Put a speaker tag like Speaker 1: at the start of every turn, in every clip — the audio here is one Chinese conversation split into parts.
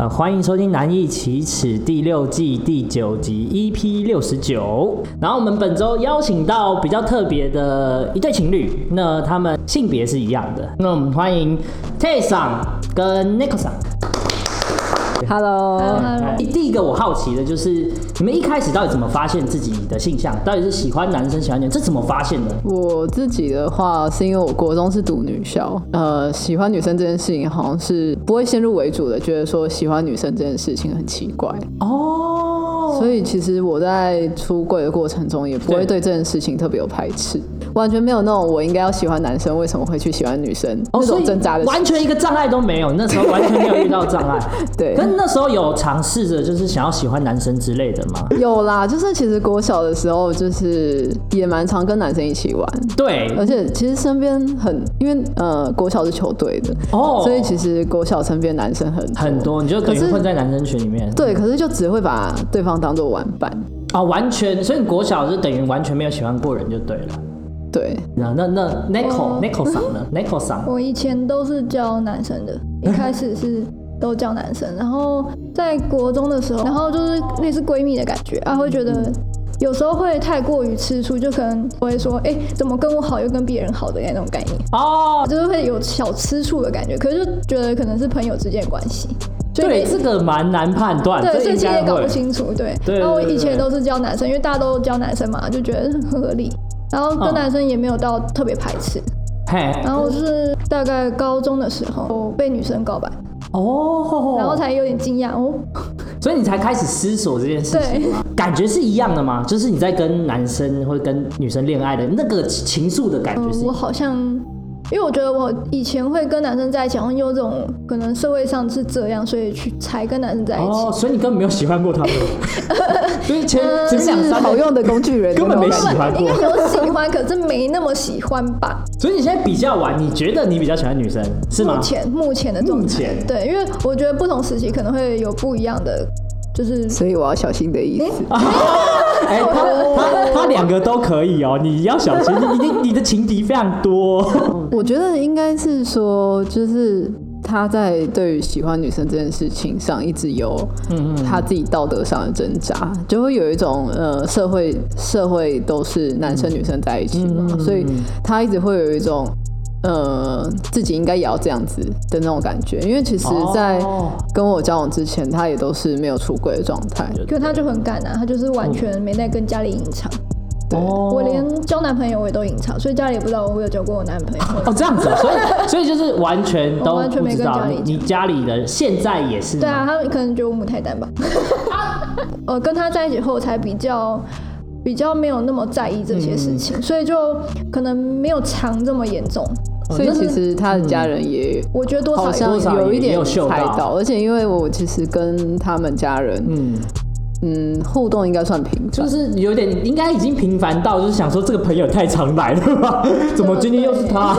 Speaker 1: 呃，欢迎收听《难易启齿》第六季第九集 EP 六十九。然后我们本周邀请到比较特别的一对情侣，那他们性别是一样的。那我们欢迎 Tay 桑跟 Nico 桑。
Speaker 2: Hello，
Speaker 1: 第第一个我好奇的就是，你们一开始到底怎么发现自己的性向？到底是喜欢男生喜欢女生？这怎么发现的？
Speaker 2: 我自己的话是因为我国中是读女校，呃，喜欢女生这件事情好像是不会先入为主的，觉得说喜欢女生这件事情很奇怪，
Speaker 1: 哦，
Speaker 2: 所以其实我在出柜的过程中也不会
Speaker 1: 对
Speaker 2: 对这件事情特别有排斥，完全没有那种我应该要喜欢男生，为什么会去喜欢女生、
Speaker 1: 哦
Speaker 2: 那
Speaker 1: 所以
Speaker 2: 种挣扎的事。
Speaker 1: 完全一个障碍都没有，那时候完全没有遇到障碍。
Speaker 2: 对
Speaker 1: 可是那时候有尝试着就是想要喜欢男生之类的吗？
Speaker 2: 有啦，就是其实国小的时候，就是也蛮常跟男生一起玩，
Speaker 1: 对，
Speaker 2: 而且其实身边很，因为呃国小是球队的，
Speaker 1: 哦
Speaker 2: 所以其实国小身边男生很
Speaker 1: 很多，你就可
Speaker 2: 可
Speaker 1: 能
Speaker 2: 是
Speaker 1: 混在男生群里面。
Speaker 2: 对，可是就只会把对方当做玩伴。
Speaker 1: 啊、完全，所以你国小就等于完全没有喜欢过人就对了。
Speaker 2: 对，
Speaker 1: 那那那 Nico
Speaker 3: 哦
Speaker 1: Nico 桑 呢？Nico 桑
Speaker 3: 我以前都是教男生的，一开始是都教男 生，然后在国中的时候，然后就是类似闺蜜的感觉啊，会觉得有时候会太过于吃醋，就可能我会说，哎、怎么跟我好又跟别人好的那种概念，啊
Speaker 1: 哦，
Speaker 3: 就是会有小吃醋的感觉，可是就觉得可能是朋友之间的关系，所
Speaker 1: 对，
Speaker 3: 以
Speaker 1: 这个蛮难判断，
Speaker 3: 对，所
Speaker 1: 这
Speaker 3: 以
Speaker 1: 应
Speaker 3: 其实也
Speaker 1: 该
Speaker 3: 搞
Speaker 1: 会
Speaker 3: 不。清楚，对。
Speaker 1: 对
Speaker 3: 然后我
Speaker 1: 对对
Speaker 3: 以
Speaker 1: 对
Speaker 3: 前都是教男生，因为大家都教男生嘛，就觉得很合理，然后
Speaker 1: 嗯
Speaker 3: 跟男生也没有到特别排斥。
Speaker 1: 嘿，
Speaker 3: 然后是大概高中的时候被女生告白，
Speaker 1: 哦，
Speaker 3: 然后才有点惊讶哦。
Speaker 1: 所以你才开始思索这件事情。
Speaker 3: 对，
Speaker 1: 感觉是一样的吗？就是你在跟男生或者跟女生恋爱的那个情愫的感觉是一
Speaker 3: 嗯哦我
Speaker 1: 样
Speaker 3: 好像，因为我觉得我以前会跟男生在一起，好像有种可能社会上是这样，所以去才跟男生在一起。
Speaker 1: 哦，所以你根本没有喜欢过他 们，所以前前面两
Speaker 2: 是
Speaker 3: 嗯
Speaker 1: 三
Speaker 2: 好
Speaker 1: 个，
Speaker 2: 用的工具人，
Speaker 1: 根本
Speaker 2: 有
Speaker 1: 没
Speaker 2: 有
Speaker 1: 喜
Speaker 2: 感觉
Speaker 1: 欢
Speaker 3: 应
Speaker 1: 过
Speaker 3: 该。有喜欢，可是没那么喜欢 吧？
Speaker 1: 所以你现在比较完，你觉得你比较喜欢女生是吗
Speaker 3: 目？前目前的状
Speaker 1: 目
Speaker 3: 态，
Speaker 1: 前
Speaker 3: 对，因为我觉得不同时期可能会有不一样的，就是
Speaker 2: 所以我要小心的意思。
Speaker 1: 哎、他他他两个都可以哦，你要小心，你你你的情敌非常多、
Speaker 2: 我觉得应该是说，就是他在对于喜欢女生这件事情上，一直有
Speaker 1: 嗯
Speaker 2: 他自己道德上的挣扎，就会有一种呃，社会社会都是男生女生在一起
Speaker 1: 嗯
Speaker 2: 嘛，所以他一直会有一种。呃，自己应该也要这样子的那种感觉，因为其实，在
Speaker 1: 哦
Speaker 2: 跟我交往之前，他也都是没有出轨的状态。
Speaker 3: 可他就很敢啊，他就是完全没在跟家里隐藏。
Speaker 2: 对
Speaker 1: 哦
Speaker 3: 我连交男朋友我也都隐藏，所以家里也不知道我有交过我男朋友。
Speaker 1: 哦这样子、哦，所 以所以就是完全都
Speaker 3: 我完全
Speaker 1: 不
Speaker 3: 没
Speaker 1: 知
Speaker 3: 跟
Speaker 1: 道
Speaker 3: 家里
Speaker 1: 你你家里的现在也是吗
Speaker 3: 对啊，他可能觉得我母胎 单吧。呃，跟他在一起后才比较比较没有那么在意这些事情，
Speaker 2: 嗯
Speaker 3: 所以就可能没有藏这么严重。
Speaker 2: 所以哦其实他的家人也
Speaker 3: 我觉得多
Speaker 2: 好
Speaker 3: 少
Speaker 2: 像
Speaker 3: 有
Speaker 1: 少
Speaker 2: 有
Speaker 1: 也
Speaker 2: 一点
Speaker 1: 有嗅
Speaker 2: 猜
Speaker 1: 到
Speaker 2: 到，而且因为我其实跟他们家人，
Speaker 1: 嗯，
Speaker 2: 嗯，互动应该算频繁
Speaker 1: 就。是有点应该已经频繁到就是想说这个朋友也太常来了 吧？怎么今天又是他？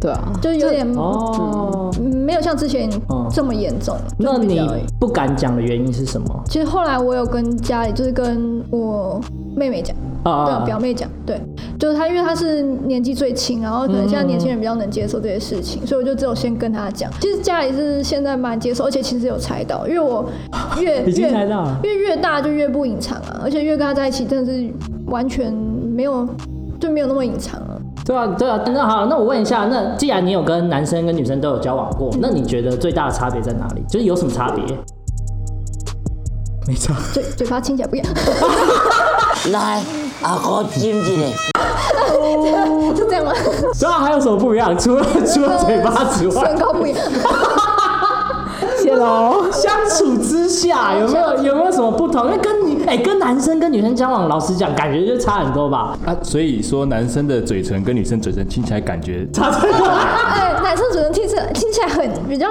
Speaker 2: 对啊，
Speaker 3: 就有点
Speaker 1: 哦，
Speaker 3: 嗯没有像之前
Speaker 2: 哦
Speaker 1: 嗯
Speaker 3: 这么严重。就
Speaker 1: 那
Speaker 3: 比
Speaker 1: 你
Speaker 3: 较
Speaker 1: 不敢讲的原因是什么？
Speaker 3: 其实后来我有跟家里，就是跟我妹妹讲，对
Speaker 1: 啊
Speaker 3: 啊，表妹讲，对，就是她，因为她是年纪最轻，然后可能现在年轻人比较能接受这些事情，
Speaker 1: 嗯
Speaker 3: 所以我就只有先跟她讲。其实家里是现在蛮接受，而且其实有猜到，因为我越
Speaker 1: 已经
Speaker 3: 越
Speaker 1: 猜到了
Speaker 3: 因为越大就越不隐藏啊，而且越跟她在一起真的是完全没有就没有那么隐藏了、
Speaker 1: 对啊，对啊。那好，那我问一下，那既然你有跟男生跟女生都有交往过，那你觉得最大的差别在哪里？就是有什么差 别？没差。
Speaker 3: 嘴嘴巴亲起来不一样，
Speaker 4: 来，阿哥亲一下。
Speaker 1: 哦
Speaker 3: 是这 样吗？
Speaker 1: 对啊，还有什么不一样？除 了除了嘴巴之外
Speaker 3: 身，高不一 样，
Speaker 2: 谢喽。
Speaker 1: 相处之下有没有有没有什么不同？因为跟你哎、跟男生跟女生交往，老实讲，感觉就差很多吧。
Speaker 5: 啊，所以说男生的嘴唇跟女生嘴唇听起来感觉
Speaker 1: 差这个。
Speaker 3: 哎，男生主人听起来听起来很比较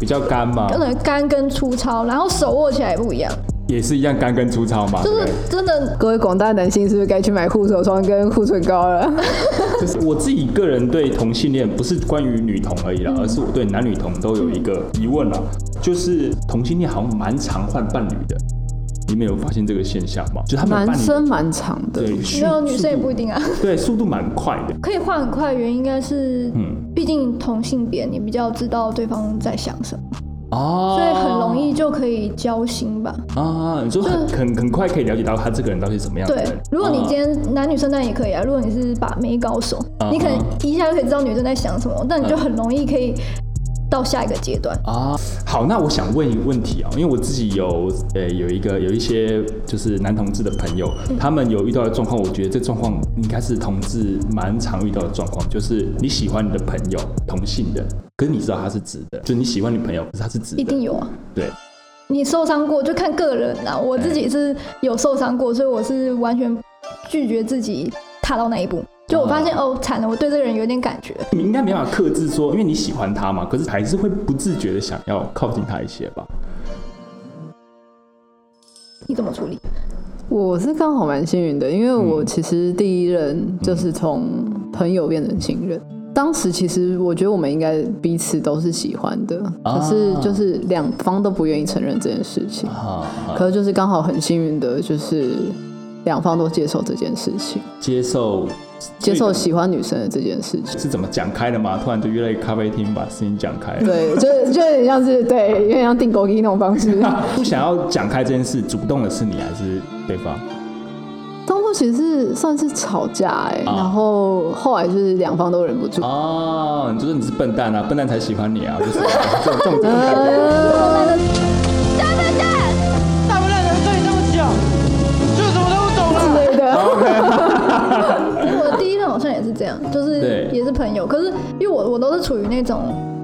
Speaker 5: 比较干嘛
Speaker 3: 可，能干跟粗糙，然后手握起来也不一样，
Speaker 5: 也是一样干跟粗糙嘛，
Speaker 3: 就
Speaker 5: 对不
Speaker 3: 是
Speaker 5: 对？
Speaker 3: 真的
Speaker 2: 各位广大男性是不是该去买护手霜跟护唇膏了？
Speaker 5: 就是我自己个人对同性恋不是关于女同而已
Speaker 3: 嗯
Speaker 5: 啦，而是我对男女同都有一个疑问啦，就是同性恋好像蛮常换伴侣的，你们有发现这个现象吗？就他们的
Speaker 2: 男
Speaker 5: 伴侣
Speaker 2: 生蛮长的，
Speaker 5: 对，
Speaker 3: 没有
Speaker 5: 速
Speaker 3: 女生也不一，
Speaker 5: 速
Speaker 3: 定啊，
Speaker 5: 度对，速度蛮快的。
Speaker 3: 可以换很快的原因应该是，
Speaker 5: 嗯
Speaker 3: 毕竟同性别你比较知道对方在想什么，
Speaker 5: 哦
Speaker 3: 所以很容易就可以交心吧。
Speaker 5: 啊，你说很很很快可以了解到他这个人到底是怎么样的
Speaker 3: 对
Speaker 5: 人。，
Speaker 3: 如果你
Speaker 5: 啊
Speaker 3: 今天男女生当然也可以啊。如果你是把妹高手，
Speaker 5: 啊
Speaker 3: 你可能一下就可以知道女生在想什么，但你就很容易可以到下一个阶段。
Speaker 5: 嗯啊，好，那我想问一个问题啊、因为我自己有呃有一个有一些就是男同志的朋友，他们有遇到的状况，我觉得这状况应该是同志蛮常遇到的状况，就是你喜欢你的朋友同性的，可是你知道他是直的，就是你喜欢你朋友，可是他是直的，
Speaker 3: 一定有啊。
Speaker 5: 对，
Speaker 3: 你受伤过就看个人啦、我自己是有受伤
Speaker 5: 嗯
Speaker 3: 过，所以我是完全拒绝自己踏到那一步。就我发现、哦，惨了，我对这个人有点感觉。
Speaker 5: 你应该没办法克制说，因为你喜欢他嘛，可是还是会不自觉的想要靠近他一些吧。
Speaker 3: 你怎么处理？
Speaker 2: 我是刚好蛮幸运的，因为
Speaker 5: 嗯
Speaker 2: 我其实第一任就是从朋友变成情人。当时其实我觉得我们应该彼此都是喜欢的，
Speaker 5: 啊
Speaker 2: 可是就是两方都不愿意承认这件事情。
Speaker 5: 啊，
Speaker 2: 可是就是刚好很幸运的，就是两方都接受这件事情，
Speaker 5: 接受
Speaker 2: 接受
Speaker 5: 这个
Speaker 2: 喜欢女生的这件事情。
Speaker 5: 是怎么讲开的嘛？突然就约了一个咖啡厅，把事情讲开了。
Speaker 2: 对，就是就有点像是对，有点像订狗机那种方 式。
Speaker 5: 不想要讲开这件事，主动的是你还是对方？
Speaker 2: 当初其实是算是吵架哎、
Speaker 5: 啊
Speaker 2: 然后后来就是两方都忍不住，
Speaker 5: 哦，你就说你是笨蛋啊，笨蛋才喜欢你 啊，就是这种这种感觉。
Speaker 6: 大不了人追你这么久，就什么都不懂了。
Speaker 2: 对的。
Speaker 3: 因为我的第一任好像也是这样，就是
Speaker 5: 对
Speaker 3: 也是朋友，可是因为我我都是处于那种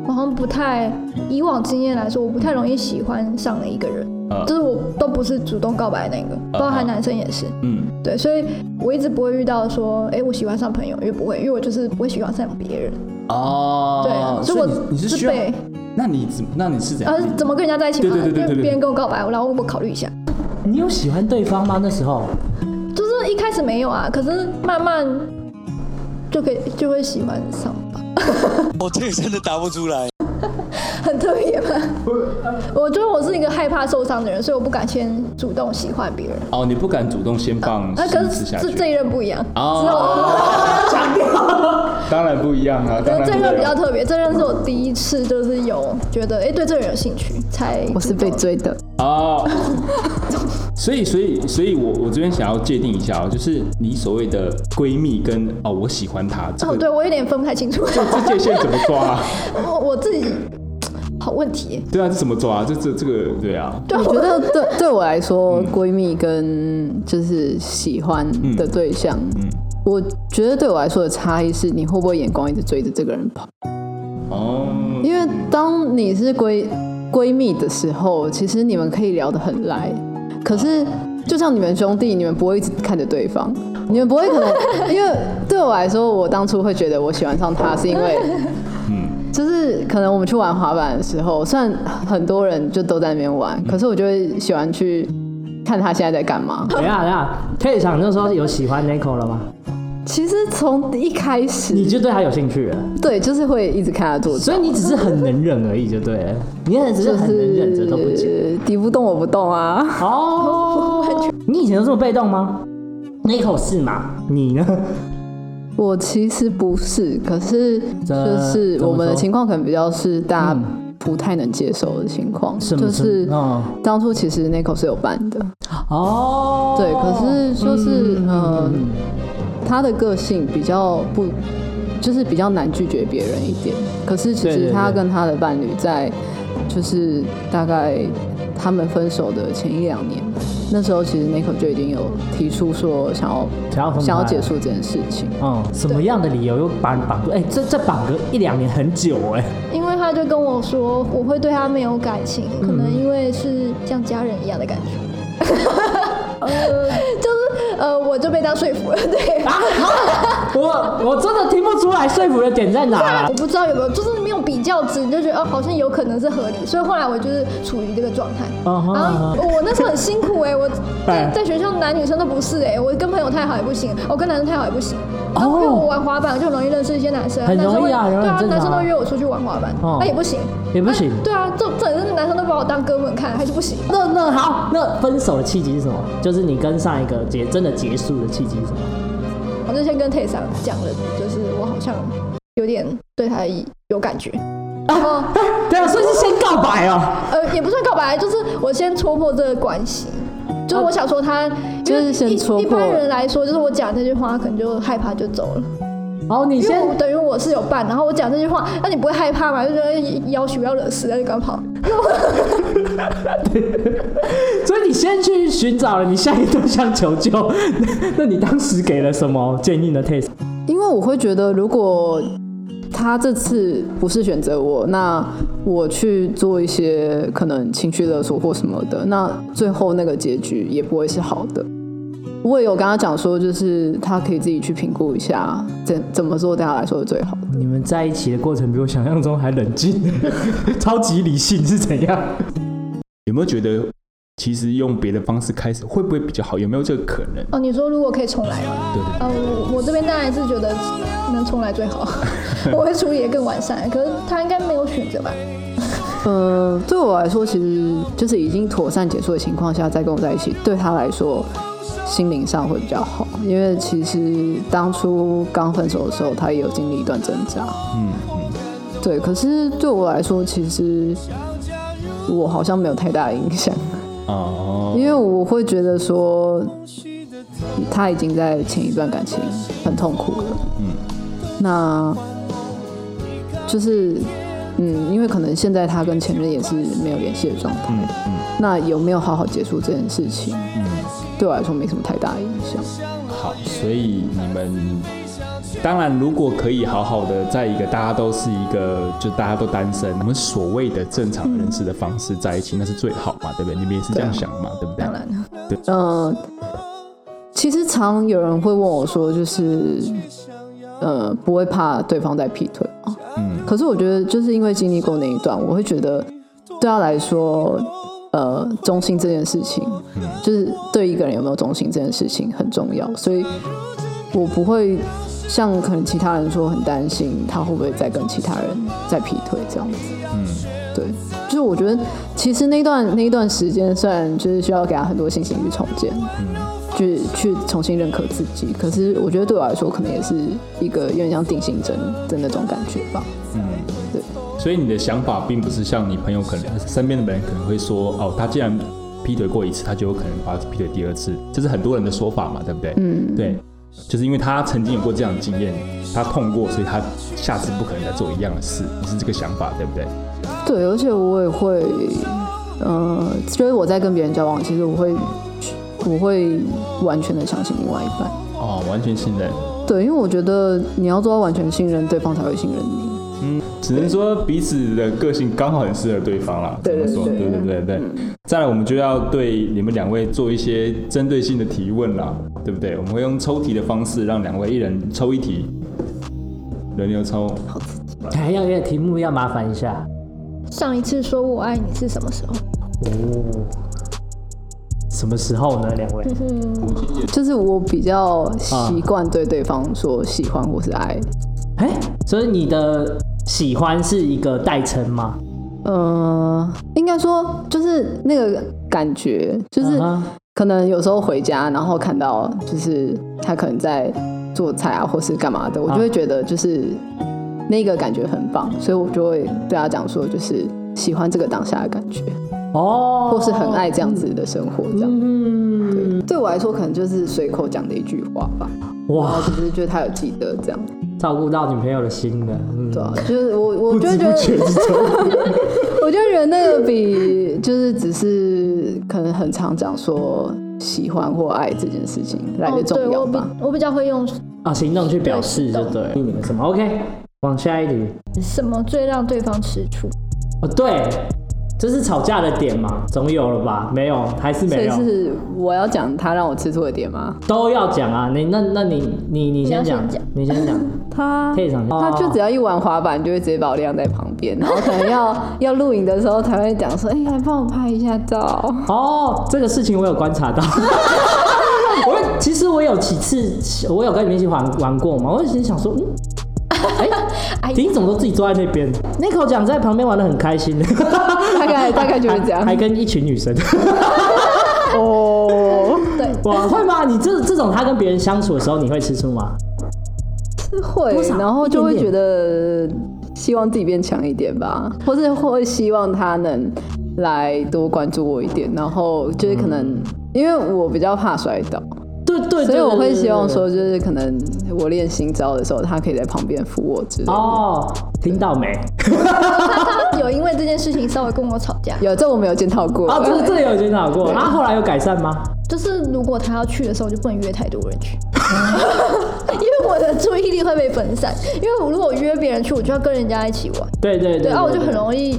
Speaker 3: 我好像不太以往经验来说，我不太容易喜欢上了一个人，
Speaker 5: 嗯
Speaker 3: 就是我都不是主动告白那个，包含男生也是。
Speaker 5: 嗯，
Speaker 3: 对，所以我一直不会遇到说，哎、我喜欢上朋友，因为不会，因为我就是不会喜欢上别人。
Speaker 5: 哦，
Speaker 3: 对，所以
Speaker 5: 你
Speaker 3: 我
Speaker 5: 你是需要，
Speaker 3: 被
Speaker 5: 那你怎那你是怎样
Speaker 3: 呃？怎么跟人家在一起嘛？
Speaker 5: 对对对对
Speaker 3: 因
Speaker 5: 对
Speaker 3: 为
Speaker 5: 对
Speaker 3: 别人跟我告白，然后我考虑一下。
Speaker 1: 你有喜欢对方吗？那时候
Speaker 3: 就是一开始没有啊，可是慢慢就可以就会喜欢上 吧，
Speaker 7: 我哦这个真的答不出来。
Speaker 3: 很特别吧？我觉得我是一个害怕受伤的人，所以我不敢先主动喜欢别人。
Speaker 5: 哦，你不敢主动先放
Speaker 3: 呃那、可
Speaker 5: 心
Speaker 3: 是
Speaker 5: 嗯思下
Speaker 3: 这这
Speaker 5: 去，
Speaker 3: 一任不一样，
Speaker 5: 哦
Speaker 3: 之后强调。
Speaker 5: 当然不一样啊，当然
Speaker 3: 这
Speaker 5: 不一
Speaker 3: 任比较
Speaker 5: 样。
Speaker 3: 特别，这任是我第一次就是有觉得哎、诶对这个人有兴趣才
Speaker 2: 我是被追的，
Speaker 5: 哦， 所以所以所以我我这边想要界定一下哦，就是你所谓的闺蜜跟哦我喜欢她这
Speaker 3: 哦，
Speaker 5: 个
Speaker 3: 对我有点分不太清楚，
Speaker 5: 这界限怎么抓啊？
Speaker 3: 我我自己好问题耶，
Speaker 5: 对啊，这怎么抓啊？这这这个对啊，
Speaker 3: 对
Speaker 2: 我觉得对对我来说，闺蜜跟就是喜欢的对象，我觉得对我来说的差异是，你会不会眼光一直追着这个人跑？
Speaker 5: 哦。
Speaker 2: 因为当你是闺闺蜜的时候，其实你们可以聊得很来，可是就像你们兄弟，你们不会一直看着对方，你们不会 可能，因为对我来说，我当初会觉得我喜欢上他是因 为，就是可能我们去玩滑板的时候，虽然很多人就都在那边玩，可是我就会喜欢去看他现在在 干嘛。
Speaker 1: 等一下等一下，退场那时候有喜欢 Nico 了吗？
Speaker 2: 其实从一开
Speaker 1: 你
Speaker 2: 始，
Speaker 1: 就对他有兴趣了，
Speaker 2: 对，就是会一直看他做，
Speaker 1: 所以你只是很能忍而已，就对了，你也只是很能忍着都不讲。
Speaker 2: 是敌不动我不动啊。
Speaker 1: 哦， 你以前都这么被动吗？Nico 是吗？你呢？
Speaker 2: 我其实不是，可是
Speaker 1: 这
Speaker 2: 就是
Speaker 1: 怎么
Speaker 2: 我们的
Speaker 1: 说嗯
Speaker 2: 情况可能比较是大家不太能接受的情况，
Speaker 1: 什么
Speaker 2: 就是
Speaker 1: 什么嗯
Speaker 2: 当初其实 Nico 是有办的，
Speaker 1: 哦，
Speaker 2: 对，可是就是嗯、呃
Speaker 1: 嗯
Speaker 2: 他的个性比较不，就是比较难拒绝别人一点。可是其
Speaker 1: 对对
Speaker 2: 实
Speaker 1: 对
Speaker 2: 他跟他的伴侣在，就是大概他们分手的前一两年，那时候其实 Nico 就已经有提出说想要
Speaker 1: 想要分开
Speaker 2: 想要结束这件事情。
Speaker 1: 嗯，什么样的理由又把你绑住？哎、这这绑个一两年很久哎、
Speaker 3: 因为他就跟我说我会对他没有感情，可能因为是像家人一样的感觉。 就是呃，我就被他说服了，对，
Speaker 1: 我我真的听不出来说服的点在哪啊
Speaker 3: 我。不知道有没有，就是没有比较值，你就觉得哦，好像有可能是合理，所以后来我就是处于这个状态。
Speaker 1: 哦吼
Speaker 3: 然后呃我那时候很辛苦哎、我在
Speaker 1: 哎哦
Speaker 3: 在学校男女生都不是哎、我跟朋友太好也不行，我跟男生太好也不行。然后因为我玩滑板，就很容易认识一些男生，
Speaker 1: 很
Speaker 3: 男生
Speaker 1: 容易啊
Speaker 3: 会
Speaker 1: 人
Speaker 3: 对
Speaker 1: 很
Speaker 3: 啊，
Speaker 1: 正常啊
Speaker 3: 男生都约我出去玩滑板，那、
Speaker 1: 哦
Speaker 3: 也不行，
Speaker 1: 也不行
Speaker 3: 哎对啊，这这是男生都把我当哥们看，还是不行。
Speaker 1: 那那好，那分手的契机是什么？就是你跟上一个结真的结束的契机是什么？
Speaker 3: 我就先跟 Tay 桑讲了，就是我好像有点对他有感觉，然后
Speaker 1: 对啊，所以是先告白哦、
Speaker 3: 呃也不算告白，就是我先戳破这个关系。就是我想说他，
Speaker 2: 就是
Speaker 3: 因为
Speaker 2: 先
Speaker 3: 一
Speaker 2: 戳
Speaker 3: 一
Speaker 2: 破
Speaker 3: 般人来说，就是我讲这句话，可能就害怕就走了。
Speaker 1: 哦，你
Speaker 3: 因为
Speaker 1: 先
Speaker 3: 我等于我是有伴，然后我讲这句话，那你不会害怕吗？就觉得要求不要惹事，那就赶快跑。
Speaker 1: 所以你先去寻找了你下一个对象求救， 那那你当时给了什么建议呢？Taste
Speaker 2: 因为我会觉得，如果他这次不是选择我，那我去做一些可能情绪勒索或什么的，那最后那个结局也不会是好的。我也有跟他讲说，就是他可以自己去评估一下，怎怎么做对他来说是最好的。
Speaker 1: 你们在一起的过程比我想象中还冷静， 超级理性是怎样？
Speaker 5: 有没有觉得其实用别的方式开始会不会比较好？有没有这个可能？
Speaker 3: 哦，你说如果可以重来吗？
Speaker 5: 对对
Speaker 3: 呃，我我这边当然是觉得能重来最好， 我会处理的更完善。可是他应该没有选择吧？
Speaker 2: 呃，对我来说，其实就是已经妥善结束的情况下再跟我在一起，对他来说心灵上会比较好，因为其实当初刚分手的时候，他也有经历一段挣扎。
Speaker 5: 嗯嗯，
Speaker 2: 对，可是对我来说，其实我好像没有太大的影响，
Speaker 5: 哦，
Speaker 2: 因为我会觉得说，他已经在前一段感情很痛苦了。嗯，那就是嗯，因为可能现在他跟前任也是没有联系的状态，
Speaker 5: 嗯
Speaker 2: 那有没有好好结束这件事情，
Speaker 5: 嗯嗯，
Speaker 2: 对我来说没什么太大的影响。
Speaker 5: 好，所以你们当然如果可以好好的在一个大家都是一个就大家都单身，我们所谓的正常认识的方式在一起，那是最好嘛，对不对？你们也是这样想嘛，对不对
Speaker 3: 当？然了，
Speaker 2: 嗯，其实常有人会问我说，就是呃，不会怕对方在劈腿吗？
Speaker 5: 嗯
Speaker 2: 可是我觉得，就是因为经历过那一段，我会觉得对他来说，呃，忠心这件事情，就是对一个人有没有忠心这件事情很重要，所以我不会像可能其他人说很担心他会不会再跟其他人再劈腿这样子。
Speaker 5: 嗯，
Speaker 2: 对，就是我觉得其实那段那一段时间，虽然就是需要给他很多信心去重建，去去重新认可自己，可是我觉得对我来说，可能也是一个有点像定心针的那种感觉吧。
Speaker 5: 所以你的想法并不是像你朋友可能身边的人可能会说，哦，他既然劈腿过一次，他就有可能把他劈腿第二次，这是很多人的说法嘛，对不对？
Speaker 2: 嗯，
Speaker 5: 对，就是因为他曾经有过这样的经验，他痛过，所以他下次不可能再做一样的事，你是这个想法，对不对？
Speaker 2: 对，而且我也会，呃，就是我在跟别人交往，其实我会我会完全的相信另外一半。
Speaker 5: 哦，完全信任。
Speaker 2: 对，因为我觉得你要做到完全信任对方，才会信任你。
Speaker 5: 只能说彼此的个性刚好很适合对方啦。
Speaker 2: 对
Speaker 5: 怎么说？
Speaker 2: 对嗯
Speaker 5: 对对对对。再来，我们就要对你们两位做一些针对性的提问啦，对不对？我们会用抽题的方式，让两位一人抽一题，轮流抽。
Speaker 1: 还要要题目要麻烦一下
Speaker 3: 上一次说我爱你是什么时候？
Speaker 1: 哦。什么时候呢？两 位？
Speaker 2: 就是我比较习惯对对方说喜欢或是爱，
Speaker 1: 哎、所以你的喜欢是一个代称吗？
Speaker 2: 呃，应该说就是那个感觉，就是
Speaker 1: 啊哈
Speaker 2: 可能有时候回家，然后看到就是他可能在做菜啊，或是干嘛的，我
Speaker 1: 嗯
Speaker 2: 就会觉得就是那个感觉很棒，所以我就会对他讲说，就是喜欢这个当下的感觉，
Speaker 1: 哦，
Speaker 2: 或是很爱这样子的生活，这样。
Speaker 1: 嗯，
Speaker 2: 对我来说，可能就是随口讲的一句话吧，然
Speaker 1: 哇
Speaker 2: 后，就是觉得他有记得这样，
Speaker 1: 照顾到女朋友的心了，嗯，
Speaker 2: 对啊，就是我我
Speaker 1: 不
Speaker 2: 就
Speaker 1: 知
Speaker 2: 会觉
Speaker 1: 不觉
Speaker 2: 得。
Speaker 1: 之中，
Speaker 2: 我就觉得那个比就是只是可能很常讲说喜欢或爱这件事情来
Speaker 3: 哦
Speaker 2: 的，
Speaker 3: 对
Speaker 2: 重要
Speaker 3: 我比
Speaker 2: 吧。
Speaker 3: 我比较会用
Speaker 1: 啊，行动去表示就对了，避免什么？OK，往下一题。
Speaker 3: 什么最让对方吃醋，
Speaker 1: 哦，对，这是吵架的点嘛，总有了吧？没有，还是
Speaker 2: 所
Speaker 1: 没
Speaker 2: 以
Speaker 1: 有，
Speaker 2: 是我要讲他让我吃醋的点吗？
Speaker 1: 都要讲啊。你那那你你你先
Speaker 3: 要
Speaker 1: 讲
Speaker 3: 先讲，
Speaker 1: 你先讲，
Speaker 2: 他
Speaker 1: 退场。
Speaker 2: 他就只要一玩滑板，就会直接把我晾在旁边，然后可能要要录影的时候才会讲说，哎、来帮我拍一下照。
Speaker 1: 哦，这个事情我有观察到。 我其实我有几次，我有跟你们一起玩玩过嘛，我就心想说， 嗯，哎、婷怎么都自己坐在那边？Nico 讲在旁边玩的很开心，大
Speaker 2: 概大概就是这样
Speaker 1: 还跟一群女生。
Speaker 2: 哦，对，
Speaker 1: 哇，会吗？你这这种他跟别人相处的时候，你会吃醋吗？
Speaker 2: 会
Speaker 1: 少，
Speaker 2: 然后就
Speaker 1: 一
Speaker 2: 会
Speaker 1: 点
Speaker 2: 觉
Speaker 1: 点
Speaker 2: 得希望自己变强一点吧，或是会希望他能来多关注我一点，然后就是可能、因为我比较怕摔倒，
Speaker 1: 对对对，
Speaker 2: 所以我会希望
Speaker 1: 对
Speaker 2: 说，就是可能我练新招的时候，他可以在旁边扶我之类的。
Speaker 1: 哦，听到没？
Speaker 3: 他有因为这件事情稍微跟我吵架，
Speaker 2: 有这我没有检讨过。
Speaker 1: 啊，这这有检讨 过，啊，后来有改善吗？
Speaker 3: 就是如果他要去的时候，就不能约太多人去， 因为我的注意力会被分散。因为我如果约别人去，我就要跟人家一起玩，
Speaker 1: 对对
Speaker 3: 对，
Speaker 1: 对，
Speaker 3: 啊，我就很
Speaker 1: 易。
Speaker 3: 容易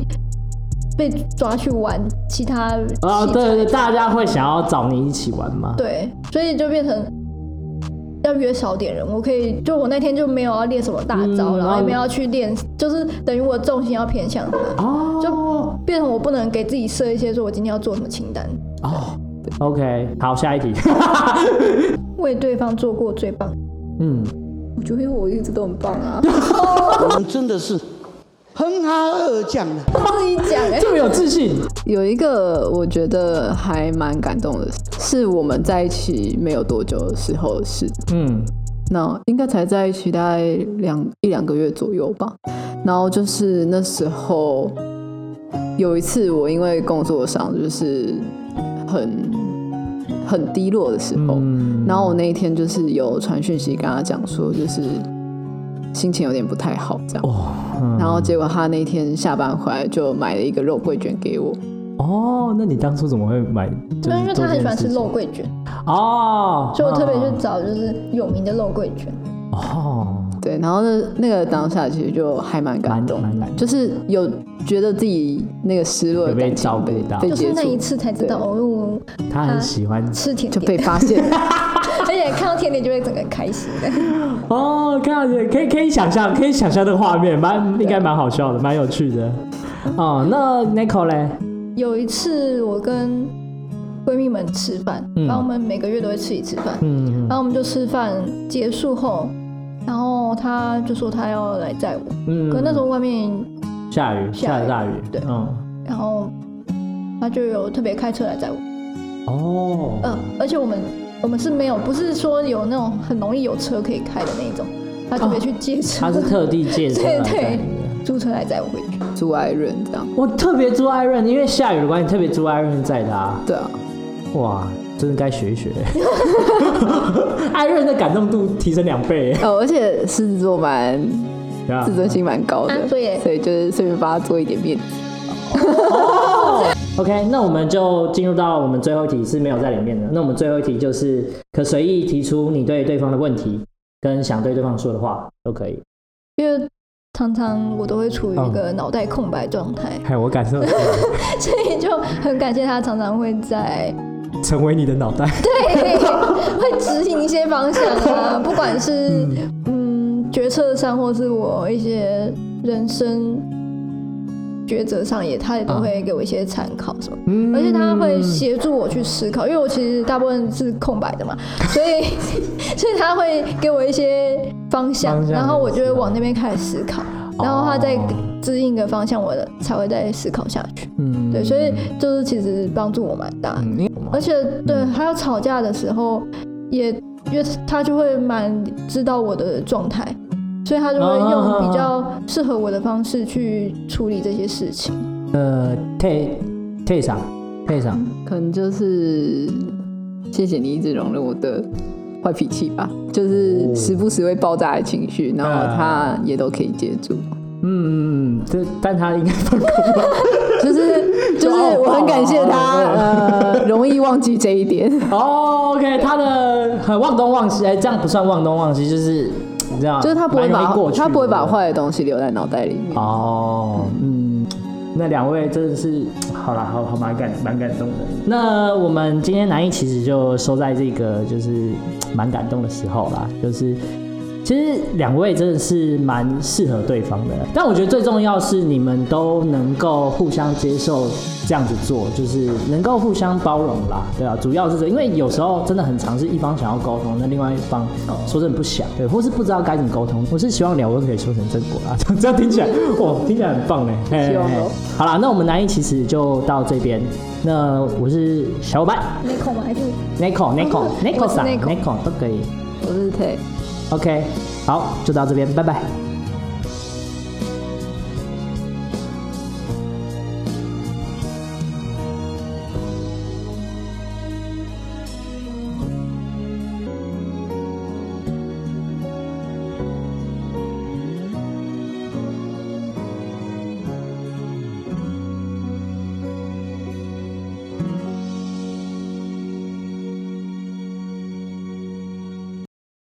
Speaker 3: 被抓去玩其他
Speaker 1: 啊，
Speaker 3: 器
Speaker 1: 对对，对
Speaker 3: 材
Speaker 1: 大家会想要找你一起玩吗？
Speaker 3: 对，所以就变成要约少点人。我可以，就我那天就没有要练什么大招，
Speaker 1: 嗯
Speaker 3: 然后
Speaker 1: 然后
Speaker 3: 也没有要去练，就是等于我重心要偏向他，
Speaker 1: 哦，
Speaker 3: 就变成我不能给自己设一些说我今天要做什么清单。
Speaker 1: 哦，OK，好，下一题。
Speaker 3: 为对方做过最 棒，
Speaker 1: 嗯，
Speaker 2: 我觉得我一直都很棒啊，
Speaker 4: 我们真的是哼哈二将啊。
Speaker 3: 自己讲哎、
Speaker 1: 这么有自信，
Speaker 2: 有一个我觉得还蛮感动的，是我们在一起没有多久的时候的事。
Speaker 1: 嗯，
Speaker 2: 那应该才在一起大概两一两个月左右吧。然后就是那时候有一次，我因为工作上就是很很低落的时候，
Speaker 1: 嗯
Speaker 2: 然后我那一天就是有传讯息跟他讲说，就是心情有点不太好这样。
Speaker 1: 哦，嗯
Speaker 2: 然后结果他那天下班回来就买了一个肉桂卷给我，
Speaker 1: 哦，那你当初怎么会买？就
Speaker 3: 就是因为
Speaker 1: 做
Speaker 3: 他
Speaker 1: 这
Speaker 3: 很
Speaker 1: 件
Speaker 3: 喜欢
Speaker 1: 事
Speaker 3: 吃
Speaker 1: 情
Speaker 3: 肉桂卷，
Speaker 1: 哦，
Speaker 3: 所以我特别
Speaker 1: 哦
Speaker 3: 去找就是有名的肉桂卷。
Speaker 1: 哦，
Speaker 2: 对，然后那那个当下其实就还蛮感
Speaker 1: 蛮
Speaker 2: 动，
Speaker 1: 蛮感动
Speaker 2: 就是有觉得自己那个失落的
Speaker 1: 有被
Speaker 2: 感情
Speaker 1: 照顾
Speaker 2: 被
Speaker 1: 到
Speaker 2: 被
Speaker 3: 就是
Speaker 2: 接
Speaker 3: 那一
Speaker 2: 触，
Speaker 3: 次才知道，哦，
Speaker 1: 他很喜欢
Speaker 3: 吃甜
Speaker 2: 就被
Speaker 3: 点，
Speaker 2: 发现。
Speaker 3: 而且看到甜点就会整个开心的。
Speaker 1: 哦，看到可以可以想象，可以想象那个画面，蛮应该蛮好笑的，蛮有趣的。哦，那 Nico 嘞？
Speaker 3: 有一次我跟闺蜜们吃饭，
Speaker 1: 嗯
Speaker 3: 然后我们每个月都会吃一次饭，
Speaker 1: 嗯
Speaker 3: 然后我们就吃饭结束后，然后她就说她要来载我，
Speaker 1: 嗯
Speaker 3: 可那时候外面，
Speaker 1: 下雨，下
Speaker 3: 下雨
Speaker 1: 了大雨，
Speaker 3: 对
Speaker 1: 嗯，
Speaker 3: 然后她就有特别开车来载我，
Speaker 1: 哦，
Speaker 3: 嗯、而且我们我们是没有，不是说有那种很容易有车可以开的那种，她特别去借车，
Speaker 1: 他哦是哦特地借车来
Speaker 3: 对
Speaker 1: 载
Speaker 3: 对
Speaker 1: 你的。
Speaker 3: 租车来载我回去，
Speaker 2: 朱爱润这样，
Speaker 1: 我特别租艾润，因为下雨的关系，特别租艾润载他。
Speaker 2: 对啊，
Speaker 1: 哇，真的该学一学。 艾润的感动度提升两倍，
Speaker 2: 哦，而且狮子座蛮
Speaker 1: 对吧
Speaker 2: 自尊心蛮高
Speaker 3: 啊
Speaker 2: 的，
Speaker 3: 所以
Speaker 2: 所以就是顺便帮他做一点面子。
Speaker 1: OK，那我们就进入到我们最后一题是没有在里面的。那我们最后一题就是可随意提出你对对方的问题跟想对对方说的话都可以。
Speaker 3: 因为常常我都会处于一个脑袋空白状态，
Speaker 1: 嗨，我感受
Speaker 3: 所以就很感谢她常常会在。
Speaker 1: 成为你的脑 袋。
Speaker 3: 对，会指引一些方向啊，不管是嗯决策上，或是我一些人生抉择上也，他也都会给我一些参考什么。
Speaker 1: 啊嗯
Speaker 3: 而且他会协助我去思考，因为我其实大部分是空白 的嘛，所以所以他会给我一些方向，
Speaker 1: 方向啊
Speaker 3: 然后我就会往那边开始思考，然后他再
Speaker 1: 哦
Speaker 3: 指引一个方向，我的才会再思考下去。
Speaker 1: 嗯
Speaker 3: 对，所以就是其实帮助我蛮大的。
Speaker 1: 嗯，
Speaker 3: 而且对他要吵架的时候，也因为他就会蛮知道我的状态，所以他就会用比较适合我的方式去处理这些事情。
Speaker 1: 呃，退退场，退场。
Speaker 2: 可能就是谢谢你一直容忍我的坏脾气吧，就是
Speaker 1: 哦
Speaker 2: 时不时会爆炸的情绪，然后他也都可以接 住。
Speaker 1: 嗯嗯嗯，这但他应该放空了。
Speaker 2: 就是就是我
Speaker 1: 啊
Speaker 2: 很感谢 他，呃，容易忘记这一点。
Speaker 1: 哦，OK，他的很忘东忘西，哎，这样不算忘东忘西，就是你知道，
Speaker 2: 就是他不会
Speaker 1: 啊蛮容易
Speaker 2: 把
Speaker 1: 过去
Speaker 2: 他不会把
Speaker 1: 的
Speaker 2: 坏的东西留在脑袋里面。
Speaker 1: 哦，嗯，那两位真的是，好啦，好好蛮感蛮感动的。那我们今天南艺其实就收在这个就是蛮感动的时候啦，就是。其实两位真的是蛮适合对方的，但我觉得最重要是你们都能够互相接受这样子做，就是能够互相包容啦，对啊，主要是这，因为有时候真的很常是一方想要沟通，那另外一方说真的不想，对，或是不知道该怎么沟通。我是希望两位可以修成正果啦， 这样听起来，哇，听起来很棒嘞，嘿
Speaker 2: 希望
Speaker 1: 嘿
Speaker 2: 咯
Speaker 1: 好啦，那我们南艺其实就到这边，那我是小伙伴
Speaker 3: 没空白还是
Speaker 1: Nico
Speaker 2: 哦
Speaker 1: Nico
Speaker 3: 我是
Speaker 1: Nico 上
Speaker 3: Nico
Speaker 1: Nico 都可以
Speaker 2: 我是 Tay。
Speaker 1: ，OK，好，就到这边，拜拜。
Speaker 2: 拜